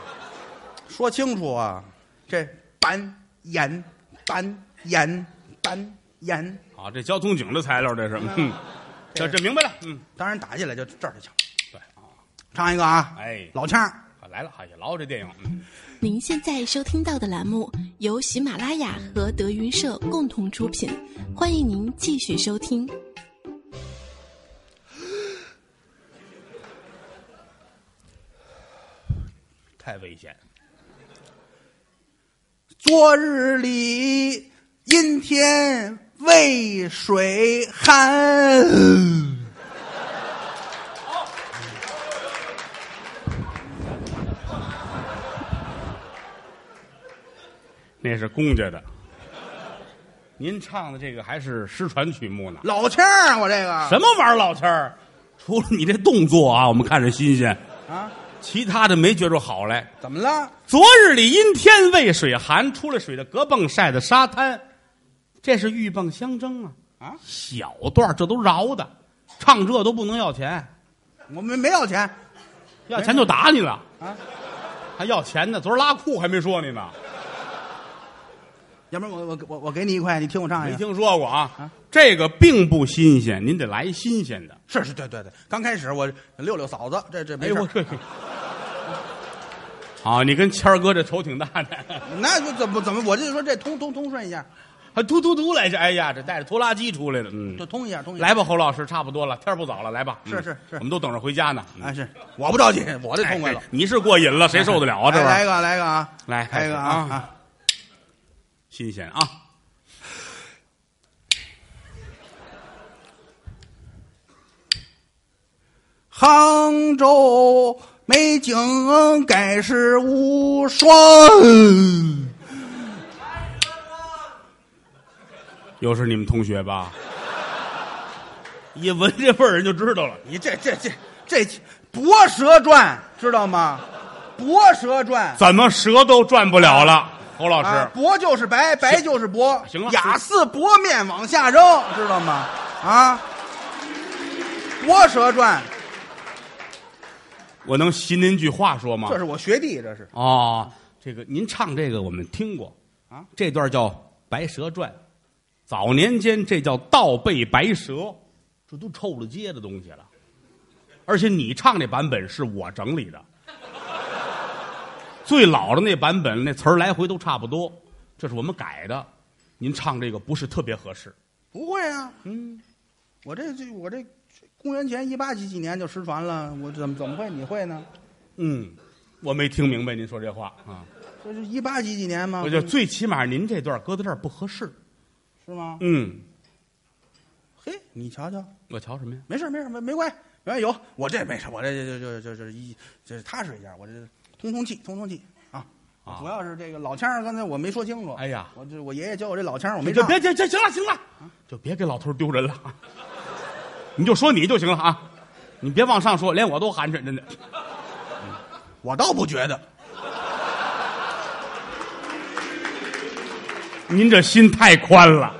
Speaker 2: 说清楚啊！这板眼板眼板眼，
Speaker 3: 啊，这交通警的材料，这是，嗯，这这明白了。嗯，
Speaker 2: 当然打起来就这儿就行。
Speaker 3: 对啊，
Speaker 2: 唱一个啊，
Speaker 3: 哎，
Speaker 2: 老腔儿。
Speaker 3: 来了，哎呀，老有这电影。嗯
Speaker 4: 您现在收听到的栏目由喜马拉雅和德云社共同出品，欢迎您继续收听。
Speaker 3: 太危险。
Speaker 2: 昨日里，阴天渭水寒。
Speaker 3: 那是公家的。您唱的这个还是失传曲目呢？
Speaker 2: 老腔儿啊，我这个
Speaker 3: 什么玩意儿，老天儿？除了你这动作啊，我们看着新鲜，
Speaker 2: 啊？
Speaker 3: 其他的没觉出好来。
Speaker 2: 怎么了？
Speaker 3: 昨日里阴天渭水寒，出了水的隔蚌晒的沙滩，这是鹬蚌相争啊！
Speaker 2: 啊，
Speaker 3: 小段儿这都饶的，唱这都不能要钱，
Speaker 2: 我们没要钱，
Speaker 3: 要钱就打你了
Speaker 2: 啊！
Speaker 3: 还要钱呢？昨儿拉裤还没说你呢，
Speaker 2: 要不然我我我我给你一块，你听我唱
Speaker 3: 没
Speaker 2: 一个。
Speaker 3: 听说过啊
Speaker 2: 哎啊？
Speaker 3: 这个并不新鲜，您得来新鲜的。
Speaker 2: 是是，对对对，刚开始我溜溜嫂子，这这没
Speaker 3: 哎
Speaker 2: 事
Speaker 3: 呦
Speaker 2: 儿。
Speaker 3: 我 去！啊，你跟谦儿哥这仇挺大的，
Speaker 2: 那就怎么怎么，我就说这通通通顺一下，
Speaker 3: 还突突突来着。哎呀，这带着拖拉机出来了。嗯，
Speaker 2: 就通一下通一下。
Speaker 3: 来吧，侯老师，差不多了，天儿不早了，来吧。
Speaker 2: 是
Speaker 3: 嗯
Speaker 2: 是是
Speaker 3: 我们都等着回家呢。嗯
Speaker 2: 哎，是我不着急，我这
Speaker 3: 哎
Speaker 2: 痛快了。
Speaker 3: 你是过瘾了，谁受得了啊？这
Speaker 2: 来
Speaker 3: 玩意
Speaker 2: 来一个，来一
Speaker 3: 儿
Speaker 2: 个啊，
Speaker 3: 来
Speaker 2: 来一个
Speaker 3: 开始啊
Speaker 2: 啊啊！
Speaker 3: 新鲜啊！
Speaker 2: 杭州美景盖世无双。
Speaker 3: 嗯又是你们同学吧？一闻这味儿，人就知道了。
Speaker 2: 你这这这这《博蛇传》知道吗？《博蛇传》
Speaker 3: 怎么蛇都转不了了，侯老
Speaker 2: 啊
Speaker 3: 师，，
Speaker 2: 博就是白，白就是博，
Speaker 3: 行了
Speaker 2: 雅似薄面往下扔，知道吗？啊，《博蛇传
Speaker 3: 我能寻您句话说》吗
Speaker 2: 这？是我学弟，这是
Speaker 3: 哦，这个您唱这个我们听过
Speaker 2: 啊，
Speaker 3: 这段叫《白蛇传》，早年间这叫倒背白蛇，这都臭了街的东西了。而且你唱这版本是我整理的，最老的那版本那词儿来回都差不多，这是我们改的。您唱这个不是特别合适，
Speaker 2: 不会啊。
Speaker 3: 嗯，
Speaker 2: 我这这我这公元前一八几几年就失传了，我怎么怎么会你会呢？
Speaker 3: 嗯，我没听明白您说这话啊，
Speaker 2: 这是一八几几年吗？嗯
Speaker 3: 我觉得最起码您这段搁在这儿不合适。
Speaker 2: 是吗？
Speaker 3: 嗯，
Speaker 2: 嘿，你瞧瞧，
Speaker 3: 我瞧什么呀？
Speaker 2: 没事儿没事儿没没关系，没关系有我这没事儿，我这就就就就一这踏实一下，我这通通气通通气啊。
Speaker 3: 啊
Speaker 2: 主要是这个老腔儿，刚才我没说清楚。
Speaker 3: 哎呀
Speaker 2: 我这我爷爷教我这老腔儿，我没
Speaker 3: 你就
Speaker 2: 唱
Speaker 3: 别别别，行了行了，就别给老头丢人了， 你就说你就行了啊，你别往上说，连我都寒碜，真的。
Speaker 2: 我倒不觉得。
Speaker 3: 您这心太宽了，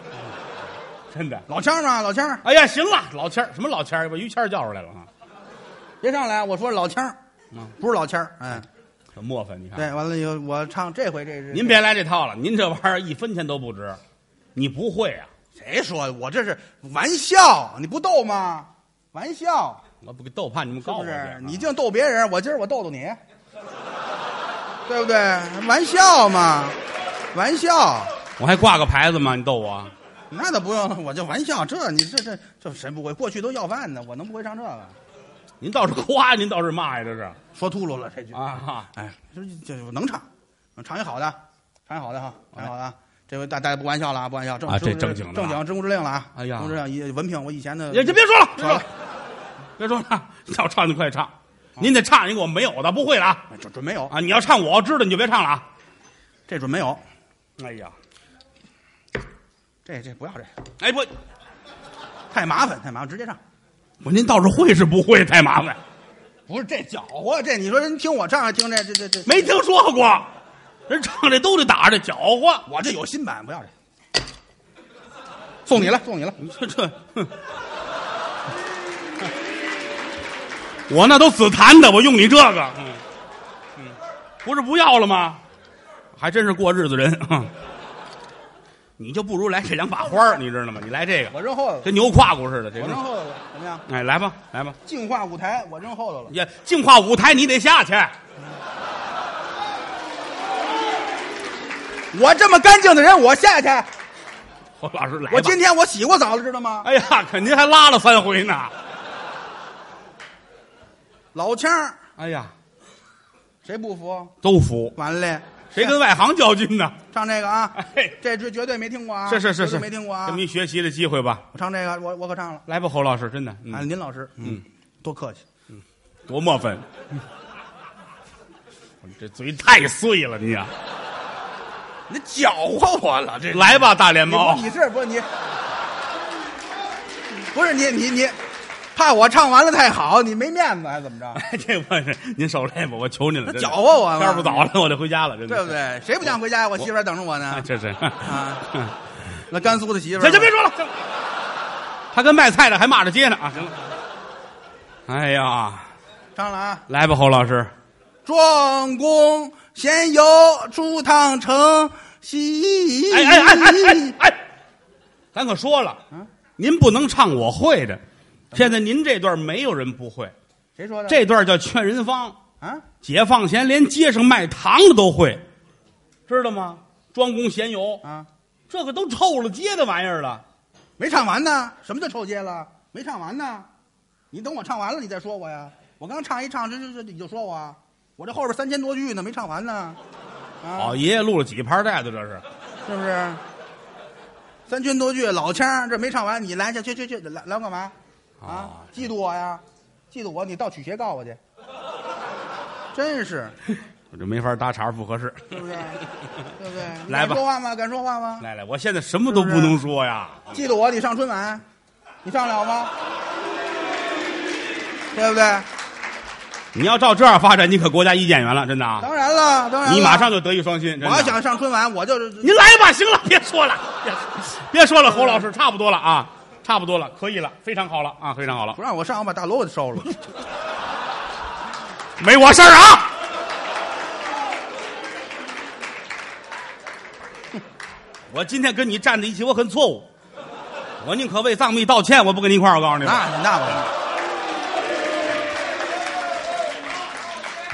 Speaker 3: 真的。
Speaker 2: 老腔儿啊嘛，老腔儿，
Speaker 3: 哎呀，行了，老谦儿，什么老谦儿，把于谦儿叫出来了啊，
Speaker 2: 别上来，我说老腔儿，不是老腔儿。哎，
Speaker 3: 这磨粉，你看。
Speaker 2: 对，完了以后我唱这回这是
Speaker 3: 您别来这套了，您这玩意儿一分钱都不值，你不会啊？
Speaker 2: 谁说的？我这是玩笑，你不逗吗？玩笑
Speaker 3: 我不给逗怕你们
Speaker 2: 是
Speaker 3: 告我
Speaker 2: 不
Speaker 3: 去啊
Speaker 2: 是？你净逗别嗯人，我今儿我逗逗你， 对不对？玩笑嘛，玩笑，
Speaker 3: 我还挂个牌子吗？你逗我？啊
Speaker 2: 那倒不用，我就玩笑。这你这这这谁不会？过去都要饭的，我能不会唱这个？
Speaker 3: 您倒是夸，您倒是骂呀，这是
Speaker 2: 说秃噜了这句，
Speaker 3: 啊？
Speaker 2: 哎，这这我能唱，唱一好的，唱一好的哈，唱一好的啊。这回大大家不玩笑了啊，不玩笑，正
Speaker 3: 啊这
Speaker 2: 正
Speaker 3: 正经的啊
Speaker 2: 正经，真无之令了啊！
Speaker 3: 哎呀
Speaker 2: 真无之令也文凭，我以前的
Speaker 3: 也就别说了，别
Speaker 2: 好
Speaker 3: 说
Speaker 2: 了
Speaker 3: 了，别说了，要唱就快唱，您得唱一个我没有的，不会的啊！
Speaker 2: 哎准准没有
Speaker 3: 啊，你要唱我知道你就别唱了啊！
Speaker 2: 这准没有，
Speaker 3: 哎呀，
Speaker 2: 这这不要这，
Speaker 3: 哎不，
Speaker 2: 太麻烦太麻烦，直接唱。
Speaker 3: 我您倒是会是不会太麻烦，
Speaker 2: 不是这搅和，这你说人听我唱还听这这这这，
Speaker 3: 没听说过，人唱这都得打着搅和，
Speaker 2: 我这有新版，不要这，送你了，送你了。
Speaker 3: 你说这，哼我那都紫檀的，我用你这个，嗯嗯，不是不要了吗？还真是过日子人， 哼你就不如来这两把花儿你知道吗？你来这个，
Speaker 2: 我扔后头了，
Speaker 3: 跟牛胯骨似的，这
Speaker 2: 我
Speaker 3: 个
Speaker 2: 扔后头了，怎么样？
Speaker 3: 哎，来吧，来吧，
Speaker 2: 净化舞台，我扔后头了。
Speaker 3: 也净化舞台你得下去，
Speaker 2: 我这么干净的人，我下去。
Speaker 3: 侯老师来吧。
Speaker 2: 我今天我洗过澡了，知道吗？
Speaker 3: 哎呀，肯定还拉了三回呢。
Speaker 2: 老腔儿
Speaker 3: 哎呀，
Speaker 2: 谁不服？
Speaker 3: 都服。
Speaker 2: 完嘞，
Speaker 3: 谁跟外行较劲呢？
Speaker 2: 唱这个啊
Speaker 3: 哎？
Speaker 2: 这这绝对没听过啊！
Speaker 3: 是是是
Speaker 2: 绝
Speaker 3: 是，
Speaker 2: 对没听过啊
Speaker 3: 这！么一学习的机会吧，
Speaker 2: 我唱这个，我我可唱了。
Speaker 3: 来吧，侯老师，真的，嗯
Speaker 2: 啊，林老师，嗯，多客气。
Speaker 3: 多墨粉！ 我这嘴太碎了，你啊！
Speaker 2: 你搅和我了，这
Speaker 3: 来吧，大脸
Speaker 2: 你
Speaker 3: 猫
Speaker 2: 不，你是不是你？不是你你你，怕我唱完了太好，你没面子还怎么着？
Speaker 3: 这我是您手累吧？我求您了， 真的
Speaker 2: 搅和我嘛
Speaker 3: 天儿不早了，我得回家了，真的
Speaker 2: 对不？对？谁不想回家？我媳妇儿等着我
Speaker 3: 啊，
Speaker 2: 呢。
Speaker 3: 这是
Speaker 2: 啊。那甘肃的媳妇儿，
Speaker 3: 行行，别说了，行了他跟卖菜的还骂着街呢啊！行了，哎呀，
Speaker 2: 唱了啊！
Speaker 3: 来吧，侯老师，
Speaker 2: 庄公闲游初趟城西。
Speaker 3: 哎哎哎哎哎哎，嗯咱可说了，您不能唱我会的，现在您这段没有人不会，
Speaker 2: 谁说的？
Speaker 3: 这段叫劝人方。
Speaker 2: 啊，
Speaker 3: 解放前连街上卖糖的都会，知道吗？庄公闲游
Speaker 2: 啊，
Speaker 3: 这个都臭了街的玩意儿了。
Speaker 2: 没唱完呢，什么叫臭街了？没唱完呢，你等我唱完了你再说我呀。我刚唱一唱，这这这你就说我，啊，我这后边三千多句呢，没唱完呢，啊，
Speaker 3: 老爷爷录了几盘带子，这是
Speaker 2: 是不是？三千多句老腔儿，这没唱完，你来去去去去来来干嘛？啊，
Speaker 3: 哎
Speaker 2: 嫉妒我呀？嫉妒我？你到曲协告我去，真是，
Speaker 3: 我这没法搭茬，不合适。
Speaker 2: 是不是？对不对？你敢
Speaker 3: 来吧
Speaker 2: 说话吗？敢说话吗？
Speaker 3: 来来，我现在什么都不能说呀。
Speaker 2: 嫉妒我，你上春晚，你上了吗？对不对？
Speaker 3: 你要照这样发展，你可国家一演员了，真的啊！
Speaker 2: 当然了，当然了。
Speaker 3: 你马上就德艺双馨。真的
Speaker 2: 我要想上春晚，我就是
Speaker 3: 您来吧，行了，别说了，别别说 了，侯老师，差不多了啊，差不多了，可以了，非常好了啊，非常好了
Speaker 2: 不，让我上，我把大楼给烧了。
Speaker 3: 没我事儿啊。 我今天跟你站在一起，我很错误，我宁可为丧命道歉，我不跟你一块儿。我告诉你
Speaker 2: 那
Speaker 3: 吧，
Speaker 2: 那我。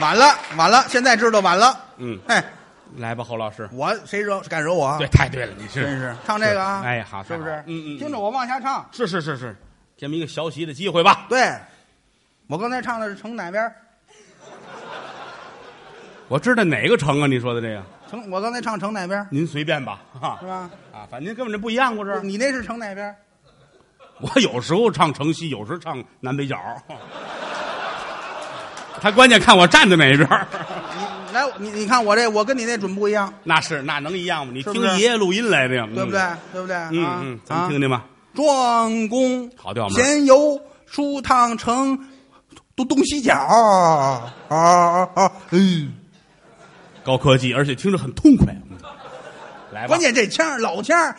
Speaker 2: 晚了，晚了，现在知道晚了。
Speaker 3: 嗯，
Speaker 2: 哎，
Speaker 3: 来吧，侯老师，
Speaker 2: 我谁惹敢惹我啊？
Speaker 3: 对，，太对了，你是
Speaker 2: 真是唱这个啊！
Speaker 3: 是哎好
Speaker 2: 是不
Speaker 3: 太
Speaker 2: 是
Speaker 3: 好？嗯嗯嗯
Speaker 2: 听着我往下唱。
Speaker 3: 是是是是，这么一个学习的机会吧。
Speaker 2: 对，我刚才唱的是城哪边儿？
Speaker 3: 我知道哪个城啊？你说的这个，
Speaker 2: 城，我刚才唱城哪边儿？
Speaker 3: 您随便吧，哈
Speaker 2: 是吧？嗯
Speaker 3: 啊，反正跟我们这不一样，不是？
Speaker 2: 你那是城哪边儿？
Speaker 3: 我有时候唱城西，有时候唱南北角。 他关键看我站在哪一边儿
Speaker 2: 你来，你你看我这，我跟你那准不一样，
Speaker 3: 那是那能一样吗？你
Speaker 2: 是
Speaker 3: 听
Speaker 2: 不是
Speaker 3: 爷爷录音来的呀，
Speaker 2: 对不对？对不对？
Speaker 3: 嗯？
Speaker 2: 啊
Speaker 3: 嗯嗯，咱们听
Speaker 2: 啊
Speaker 3: 听吧。
Speaker 2: 庄公
Speaker 3: 好调门儿
Speaker 2: 闲游舒趟城，东东西角啊啊啊！嗯，
Speaker 3: 高科技，而且听着很痛快。嗯来吧，
Speaker 2: 关键这腔儿老腔儿，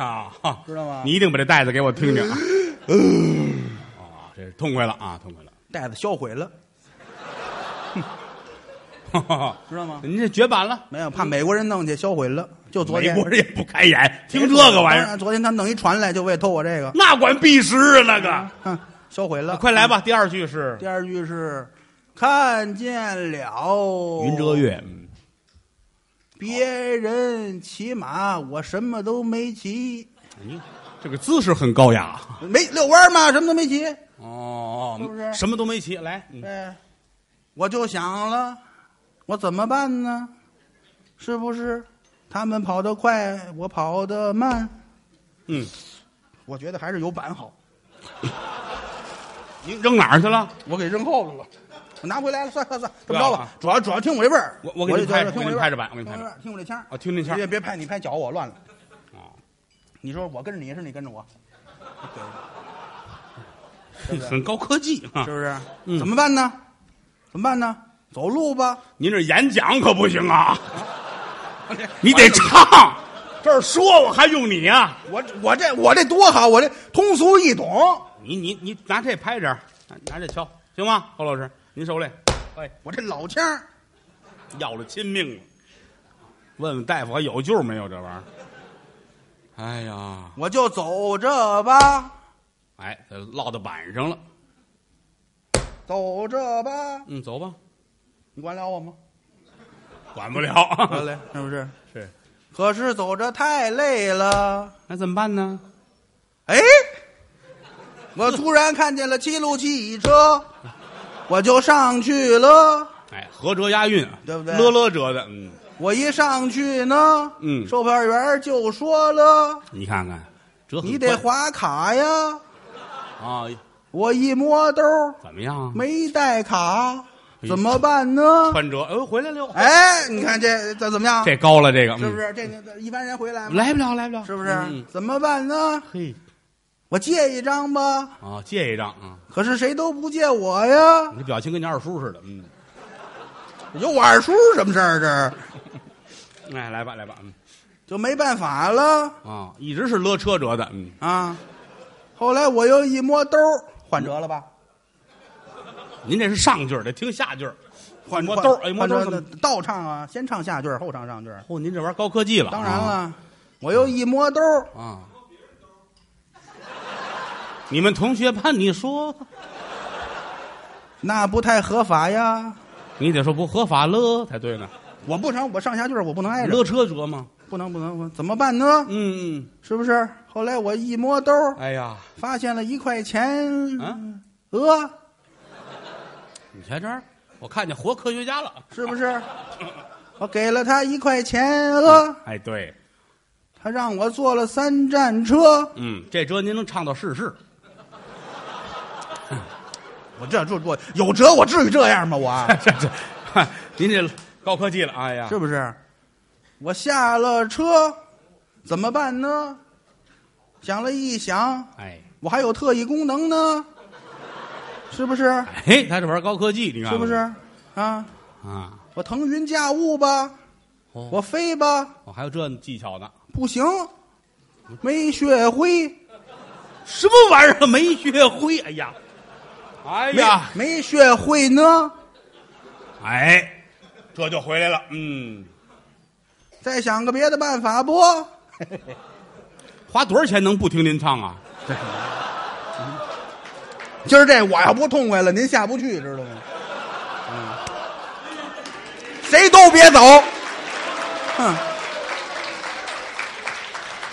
Speaker 3: 啊，哈
Speaker 2: 知道吗嗯
Speaker 3: 你一定把这袋子给我听听啊！啊，这痛快了啊，痛快了
Speaker 2: 袋子销毁了，
Speaker 3: 哈哈哈，
Speaker 2: 知道吗
Speaker 3: 您这绝版了，
Speaker 2: 没有怕美国人弄去销毁了，就昨
Speaker 3: 美
Speaker 2: 天
Speaker 3: 国人也不开眼，听这个玩意
Speaker 2: 当
Speaker 3: 儿，
Speaker 2: 然昨天他们弄一船来，就为偷我这个，
Speaker 3: 那管避实啊，那个。啊
Speaker 2: 哼，销毁了。
Speaker 3: 快来！吧，第二句是
Speaker 2: 第二句是看见了
Speaker 3: 云遮月，嗯
Speaker 2: 别人骑马，我什么都没骑，
Speaker 3: 你嗯哎这个姿势很高雅。啊
Speaker 2: 没遛弯儿嘛，什么都没骑。
Speaker 3: 哦，
Speaker 2: 是不是
Speaker 3: 什么都没齐，来，嗯
Speaker 2: 哎，我就想了，我怎么办呢？是不是他们跑得快，我跑得慢？
Speaker 3: 嗯，
Speaker 2: 我觉得还是有版好，
Speaker 3: 您扔哪儿去了？
Speaker 2: 我给扔后头了，我拿回来了，算算算，这么着
Speaker 3: 不要了
Speaker 2: 吧
Speaker 3: 啊，
Speaker 2: 主要主要听我这味儿，
Speaker 3: 我我给你
Speaker 2: 就
Speaker 3: 拍
Speaker 2: 听
Speaker 3: 我给
Speaker 2: 这
Speaker 3: 你
Speaker 2: 味儿
Speaker 3: 拍着版我给你
Speaker 2: 听
Speaker 3: 拍
Speaker 2: 我
Speaker 3: 着
Speaker 2: 这味儿听我这腔儿
Speaker 3: 啊听这腔儿
Speaker 2: 别别拍，你拍脚我乱了。
Speaker 3: 哦，
Speaker 2: 你说我跟着你是你跟着我，
Speaker 3: 很高科技啊
Speaker 2: 是！不是？
Speaker 3: 嗯
Speaker 2: 怎么办呢？怎么办呢？走路吧，
Speaker 3: 您这演讲可不行啊，
Speaker 2: 哎
Speaker 3: 你得唱。这儿说我还用你啊？
Speaker 2: 我我这我这多好，我这通俗易懂，
Speaker 3: 你你你拿这拍点儿，拿拿这敲行吗？侯老师，您受累，哎，
Speaker 2: 我这老腔儿。
Speaker 3: 要了亲命了。问问大夫还有救没有这玩意儿？哎呀，
Speaker 2: 我就走着吧，
Speaker 3: 哎，这落到板上了。
Speaker 2: 走着吧。
Speaker 3: 嗯，走吧，
Speaker 2: 你管了我吗？
Speaker 3: 管不了。
Speaker 2: 得嘞， 是不是？
Speaker 3: 是，
Speaker 2: 可是走着太累了。
Speaker 3: 那怎么办呢？
Speaker 2: 哎，我突然看见了七路汽车，我就上去了。
Speaker 3: 哎，合辙押韵，
Speaker 2: 对不对
Speaker 3: 乐乐折的，嗯，
Speaker 2: 我一上去呢，
Speaker 3: 嗯
Speaker 2: 售票员就说了
Speaker 3: 你看看，这：“很
Speaker 2: 你得
Speaker 3: 快
Speaker 2: 划卡呀。
Speaker 3: 啊，”
Speaker 2: 我一摸兜，
Speaker 3: 怎么样啊？
Speaker 2: 没带卡，
Speaker 3: 哎
Speaker 2: 怎么办呢？
Speaker 3: 穿辙，哎呦，回来了，
Speaker 2: 哎，你看这这怎么样？
Speaker 3: 这高了，这个
Speaker 2: 是不？是？这个一般人回来
Speaker 3: 嗯
Speaker 2: 吗？
Speaker 3: 来不了，来不了，
Speaker 2: 是不是
Speaker 3: 嗯？
Speaker 2: 怎么办呢？
Speaker 3: 嘿，
Speaker 2: 我借一张吧，
Speaker 3: 啊，借一张啊，
Speaker 2: 可是谁都不借我呀。
Speaker 3: 你这表情跟你二叔似的，嗯，
Speaker 2: 有我二叔什么事儿？这
Speaker 3: 哎，来吧，来吧，嗯，
Speaker 2: 就没办法了
Speaker 3: 啊，一直是勒车辙的，嗯，
Speaker 2: 啊。后来我又一摸兜儿，换折了吧？
Speaker 3: 您这是上句儿得听下句儿，
Speaker 2: 换
Speaker 3: 摸
Speaker 2: 换
Speaker 3: 兜儿哎，摸
Speaker 2: 换
Speaker 3: 兜儿
Speaker 2: 折
Speaker 3: 怎么？
Speaker 2: 倒唱啊，先唱下句儿，后唱上句儿。
Speaker 3: 哦，您这玩意儿高科技了，
Speaker 2: 当然
Speaker 3: 啊
Speaker 2: 了，我又一摸兜儿，
Speaker 3: 啊。你们同学班，你说
Speaker 2: 那不太合法呀。
Speaker 3: 你得说不合法了才对呢，
Speaker 2: 我不成，我上下句儿我不能挨着，
Speaker 3: 勒车辙吗？
Speaker 2: 不能不能，我怎么办呢？
Speaker 3: 嗯嗯，
Speaker 2: 是不是？后来我一摸兜儿，
Speaker 3: 哎呀，
Speaker 2: 发现了一块钱，
Speaker 3: 嗯
Speaker 2: 呃，
Speaker 3: 你瞧这儿，我看见活科学家了。
Speaker 2: 是不是？我给了他一块钱，呃，
Speaker 3: 哎，对，
Speaker 2: 他让我坐了三站车。
Speaker 3: 嗯，这折您能唱到世事，
Speaker 2: 我这这我有辙，我至于这样吗？我啊
Speaker 3: 这这，嗨您这高科技了，哎呀，
Speaker 2: 是不是？我下了车，怎么办呢？想了一想，
Speaker 3: 哎
Speaker 2: 我还有特异功能呢，是不是？
Speaker 3: 哎，他这玩意儿高科技，你
Speaker 2: 是
Speaker 3: 看看
Speaker 2: 不是？啊，
Speaker 3: 啊？
Speaker 2: 我腾云驾雾吧，
Speaker 3: 哦
Speaker 2: 我飞吧，
Speaker 3: 我还有这技巧呢，
Speaker 2: 不行，没学会。
Speaker 3: 什么玩意儿没学会？哎呀，哎
Speaker 2: 没
Speaker 3: 呀，
Speaker 2: 没学会呢。
Speaker 3: 哎，这就回来了，嗯，
Speaker 2: 再想个别的办法不？
Speaker 3: 花多少钱能不听您唱啊？
Speaker 2: 今儿这我要不痛快了，您下不去，知道吗？嗯，谁都别走。嗯，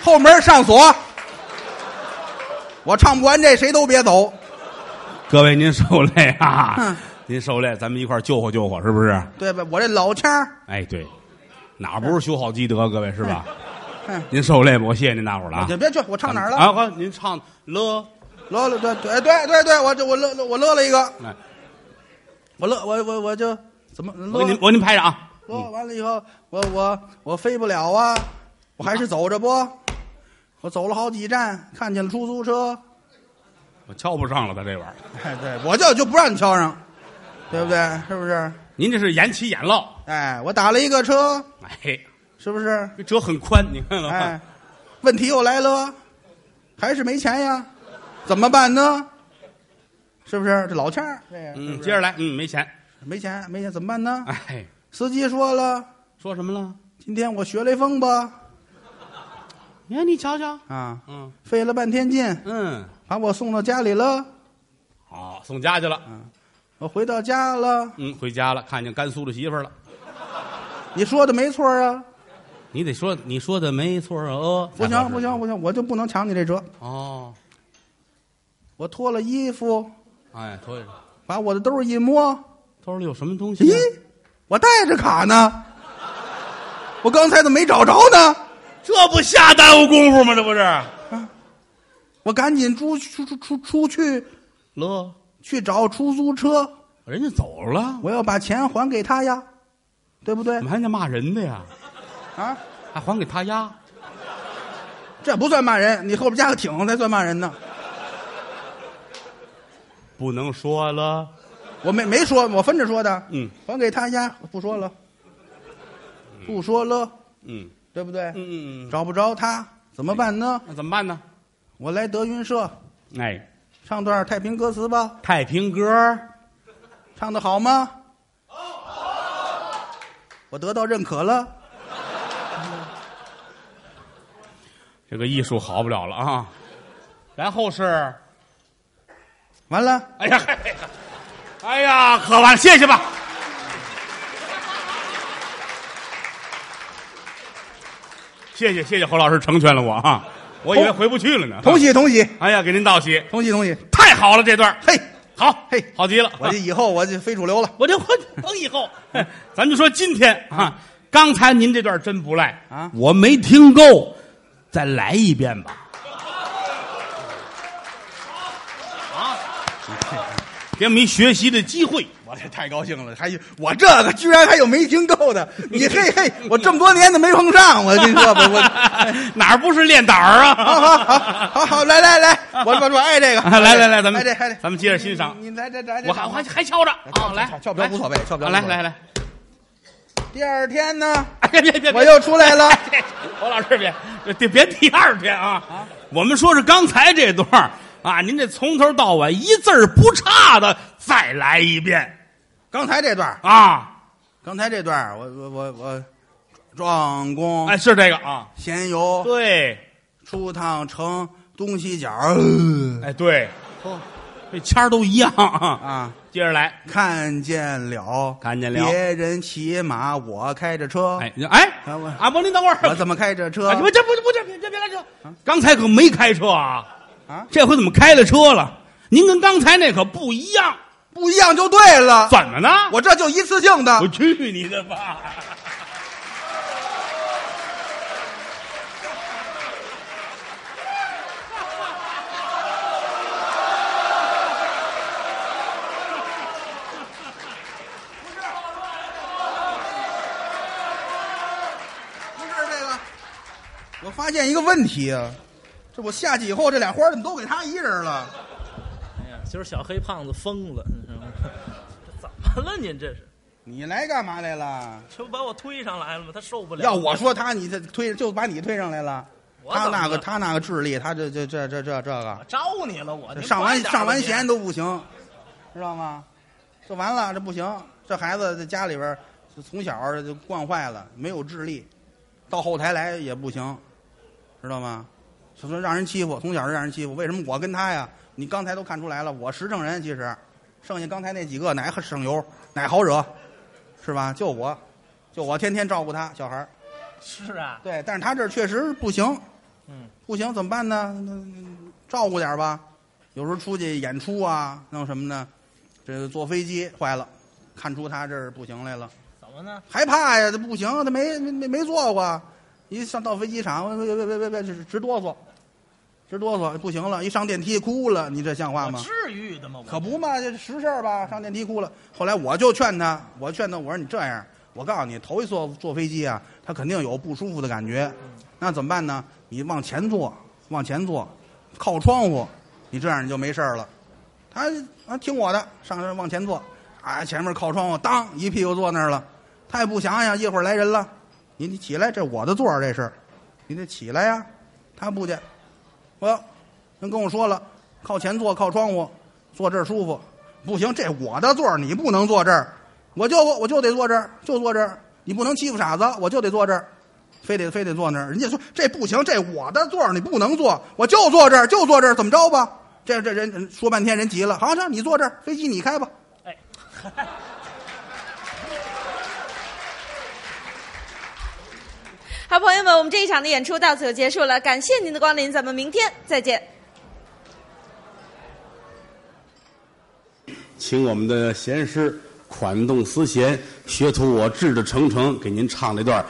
Speaker 2: 后门上锁。我唱不完这，谁都别走。
Speaker 3: 各位您受累啊
Speaker 2: 嗯，
Speaker 3: 您受累，咱们一块儿救火救火，是不是？
Speaker 2: 对吧？我这老腔儿，
Speaker 3: 哎，对，哪不是修好积德？各位是吧？
Speaker 2: 嗯，
Speaker 3: 您受累吧，我谢谢您大伙儿了啊
Speaker 2: 就。别去，我唱哪儿了？
Speaker 3: 啊，好，您唱了，
Speaker 2: 乐了，对对对对对，我这我乐乐我乐了一个，
Speaker 3: 来，
Speaker 2: 我乐我我我就怎么
Speaker 3: 我
Speaker 2: 乐
Speaker 3: 给您我给您拍着啊。
Speaker 2: 我完了以后，我我我飞不了啊，我还是走着不？我走了好几站，看见了出租车，
Speaker 3: 我敲不上了，他这玩意儿。
Speaker 2: 哎，对我就就不让你敲上，对不对？是不是？
Speaker 3: 您这是眼起眼落，
Speaker 2: 哎，我打了一个车，
Speaker 3: 哎，
Speaker 2: 是不是？
Speaker 3: 这折很宽，你看看。
Speaker 2: 哎，问题又来了，还是没钱呀，怎么办呢？是不是？这老腔儿，这个
Speaker 3: 嗯，接着来，嗯，没钱，
Speaker 2: 没钱，没钱怎么办呢？
Speaker 3: 哎，
Speaker 2: 司机说了，
Speaker 3: 说什么了？
Speaker 2: 今天我学雷锋吧，
Speaker 3: 你哎看你瞧瞧，
Speaker 2: 啊，
Speaker 3: 嗯
Speaker 2: 费了半天劲，
Speaker 3: 嗯，
Speaker 2: 把我送到家里了。
Speaker 3: 好，送家去
Speaker 2: 嗯
Speaker 3: 了，
Speaker 2: 我回到家了，
Speaker 3: 嗯，回家了，看见甘肃的媳妇儿了，
Speaker 2: 你说的没错啊！
Speaker 3: 你得说你说的没错啊，哦，
Speaker 2: 不
Speaker 3: 才合
Speaker 2: 行不
Speaker 3: 适
Speaker 2: 行不行，我就不能抢你这辙。
Speaker 3: 哦，
Speaker 2: 我脱了衣服，
Speaker 3: 哎，头
Speaker 2: 把我的兜儿一摸，
Speaker 3: 兜里有什么东西
Speaker 2: 咦
Speaker 3: 啊？，
Speaker 2: 我带着卡呢，我刚才怎么没找着呢？
Speaker 3: 这不瞎耽误功夫吗？这不是
Speaker 2: 我赶紧出出出出出去
Speaker 3: 乐，
Speaker 2: 去找出租车，
Speaker 3: 人家走了，
Speaker 2: 我要把钱还给他呀，对不对
Speaker 3: 怎么还得骂人的呀？
Speaker 2: 啊？
Speaker 3: 还还给他呀？
Speaker 2: 这不算骂人，你后边加个挺才算骂人呢。
Speaker 3: 不能说了，
Speaker 2: 我没没说，我分着说的。
Speaker 3: 嗯，
Speaker 2: 还给他呀，不说了，不说了，
Speaker 3: 嗯
Speaker 2: 对不对？
Speaker 3: 嗯嗯，
Speaker 2: 找不着他怎么办呢？
Speaker 3: 那怎么办呢？
Speaker 2: 我来德云社
Speaker 3: 哎，
Speaker 2: 唱段太平歌词吧，
Speaker 3: 太平歌儿
Speaker 2: 唱的好吗？我得到认可了，
Speaker 3: 这个艺术好不了了啊。然后是，
Speaker 2: 完了，
Speaker 3: 哎呀，哎呀，哎呀，喝完了，谢谢吧。谢谢谢谢侯老师成全了我啊，我以为
Speaker 2: 同
Speaker 3: 回不去了呢。
Speaker 2: 同喜同喜
Speaker 3: 哎呀，给您道喜，
Speaker 2: 同喜同喜，
Speaker 3: 太好了，这段儿
Speaker 2: 嘿，
Speaker 3: 好，
Speaker 2: 嘿
Speaker 3: 好极了，
Speaker 2: 我这以后我就非主流了
Speaker 3: 我这我甭以后，嘿 咱就说今天啊，刚才您这段真不赖
Speaker 2: 啊
Speaker 3: 我没听够，再来一遍吧。啊，给我们一学习的机会，
Speaker 2: 我这太高兴了，还有我这个居然还有没听够的，你嘿嘿，我这么多年都没碰上，我跟你说吧，我
Speaker 3: 哪儿不是练胆儿
Speaker 2: 好
Speaker 3: 啊？
Speaker 2: 好好好好，来来来，我我我爱这个，
Speaker 3: 啊来来来，咱们
Speaker 2: 爱这爱这，
Speaker 3: 咱们接着欣赏。
Speaker 2: 你来这来这，
Speaker 3: 我还我还还敲着啊，来，
Speaker 2: 翘不翘无所谓，翘不
Speaker 3: 来
Speaker 2: 翘
Speaker 3: 来来来，
Speaker 2: 第二天呢，
Speaker 3: 哎别 别别，
Speaker 2: 我又出来了，
Speaker 3: 这侯老师别别别第二天啊！我们说是刚才这段儿啊，您这从头到尾一字儿不差的再来一遍
Speaker 2: 刚才这段，
Speaker 3: 啊！
Speaker 2: 刚才这段，我我我我，壮工
Speaker 3: 哎，是这个啊，
Speaker 2: 闲游
Speaker 3: 对，
Speaker 2: 出趟城东西角，
Speaker 3: 哎对，
Speaker 2: 哦
Speaker 3: 这签儿都一样啊。
Speaker 2: 啊，
Speaker 3: 接着来，
Speaker 2: 看见了，
Speaker 3: 看见了
Speaker 2: 别人骑马，我开着车，
Speaker 3: 哎你哎，
Speaker 2: 啊我
Speaker 3: 阿伯您等会儿，
Speaker 2: 我怎么开着车
Speaker 3: 哎？不这不不这别别别来车，刚才可没开车啊，
Speaker 2: 啊，
Speaker 3: 这回怎么开了车了？您跟刚才那可不一样，
Speaker 2: 不一样就对了，
Speaker 3: 怎么呢？
Speaker 2: 我这就一次性的
Speaker 3: 我，去你的吧！
Speaker 2: 不是这个。我发现一个问题啊，这我下去以后，这俩花儿怎么都给他一人了？
Speaker 5: 哎呀，今儿小黑胖子疯了，你知道吗？ 这怎么了？您这是？
Speaker 2: 你来干嘛来了？
Speaker 5: 这不把我推上来了吗？他受不了。
Speaker 2: 要我说他，你这推就把你推上来了。
Speaker 5: 我
Speaker 2: 他
Speaker 5: 怎么
Speaker 2: 那个
Speaker 5: 了
Speaker 2: 他那个智力，他这这这这这这个
Speaker 5: 招你了，我您
Speaker 2: 上
Speaker 5: 快
Speaker 2: 完
Speaker 5: 点吧
Speaker 2: 上完
Speaker 5: 您
Speaker 2: 弦都不行，知道吗？这完了，这不行，这孩子在家里边儿就从小儿就惯坏了，没有智力，到后台来也不行，知道吗？就说让人欺负，从小就让人欺负。为什么我跟他呀？你刚才都看出来了，我实诚人，其实剩下刚才那几个哪省油，哪好惹，是吧？就我，就我天天照顾他小孩儿。
Speaker 5: 是啊，
Speaker 2: 对，但是他这儿确实不行，
Speaker 5: 嗯，
Speaker 2: 不行怎么办呢？那那照顾点儿吧，有时候出去演出啊，弄什么呢？这个坐飞机坏了，看出他这儿不行来了，
Speaker 5: 怎么呢？
Speaker 2: 害怕呀，这不行，他没没没没坐过，一上到飞机场，别别别别别，直直哆嗦，直哆嗦，不行了，一上电梯哭了，你这像话
Speaker 5: 我
Speaker 2: 吗？
Speaker 5: 至于的吗？我
Speaker 2: 可不嘛，这实事儿吧，上电梯哭了。后来我就劝他，我劝他，我说你这样，我告诉你，头一次坐坐飞机啊，他肯定有不舒服的感觉，那怎么办呢？你往前坐，往前坐，靠窗户，你这样你就没事儿了。他啊听我的，上这往前坐，啊前面靠窗户，当一屁股坐那儿了。他也不想想，一会儿来人了，你你起来，这我的座儿这是，你得起来呀、他不去，我人跟我说了，靠前坐，靠窗户，坐这儿舒服。不行，这我的座儿，你不能坐这儿，我就我就得坐这儿，就坐这儿，你不能欺负傻子，我就得坐这儿，非得非得坐那儿。人家说这不行，这我的座儿你不能坐，我就坐这儿，就坐这儿，怎么着吧？这这人说半天，人急了，好，那你坐这儿，飞机你开吧。
Speaker 5: 哎，
Speaker 1: 好，朋友们，我们这一场的演出到此就结束了，感谢您的光临，咱们明天再见。
Speaker 3: 请我们的贤师款动思贤，学徒我志的成成给您唱了一段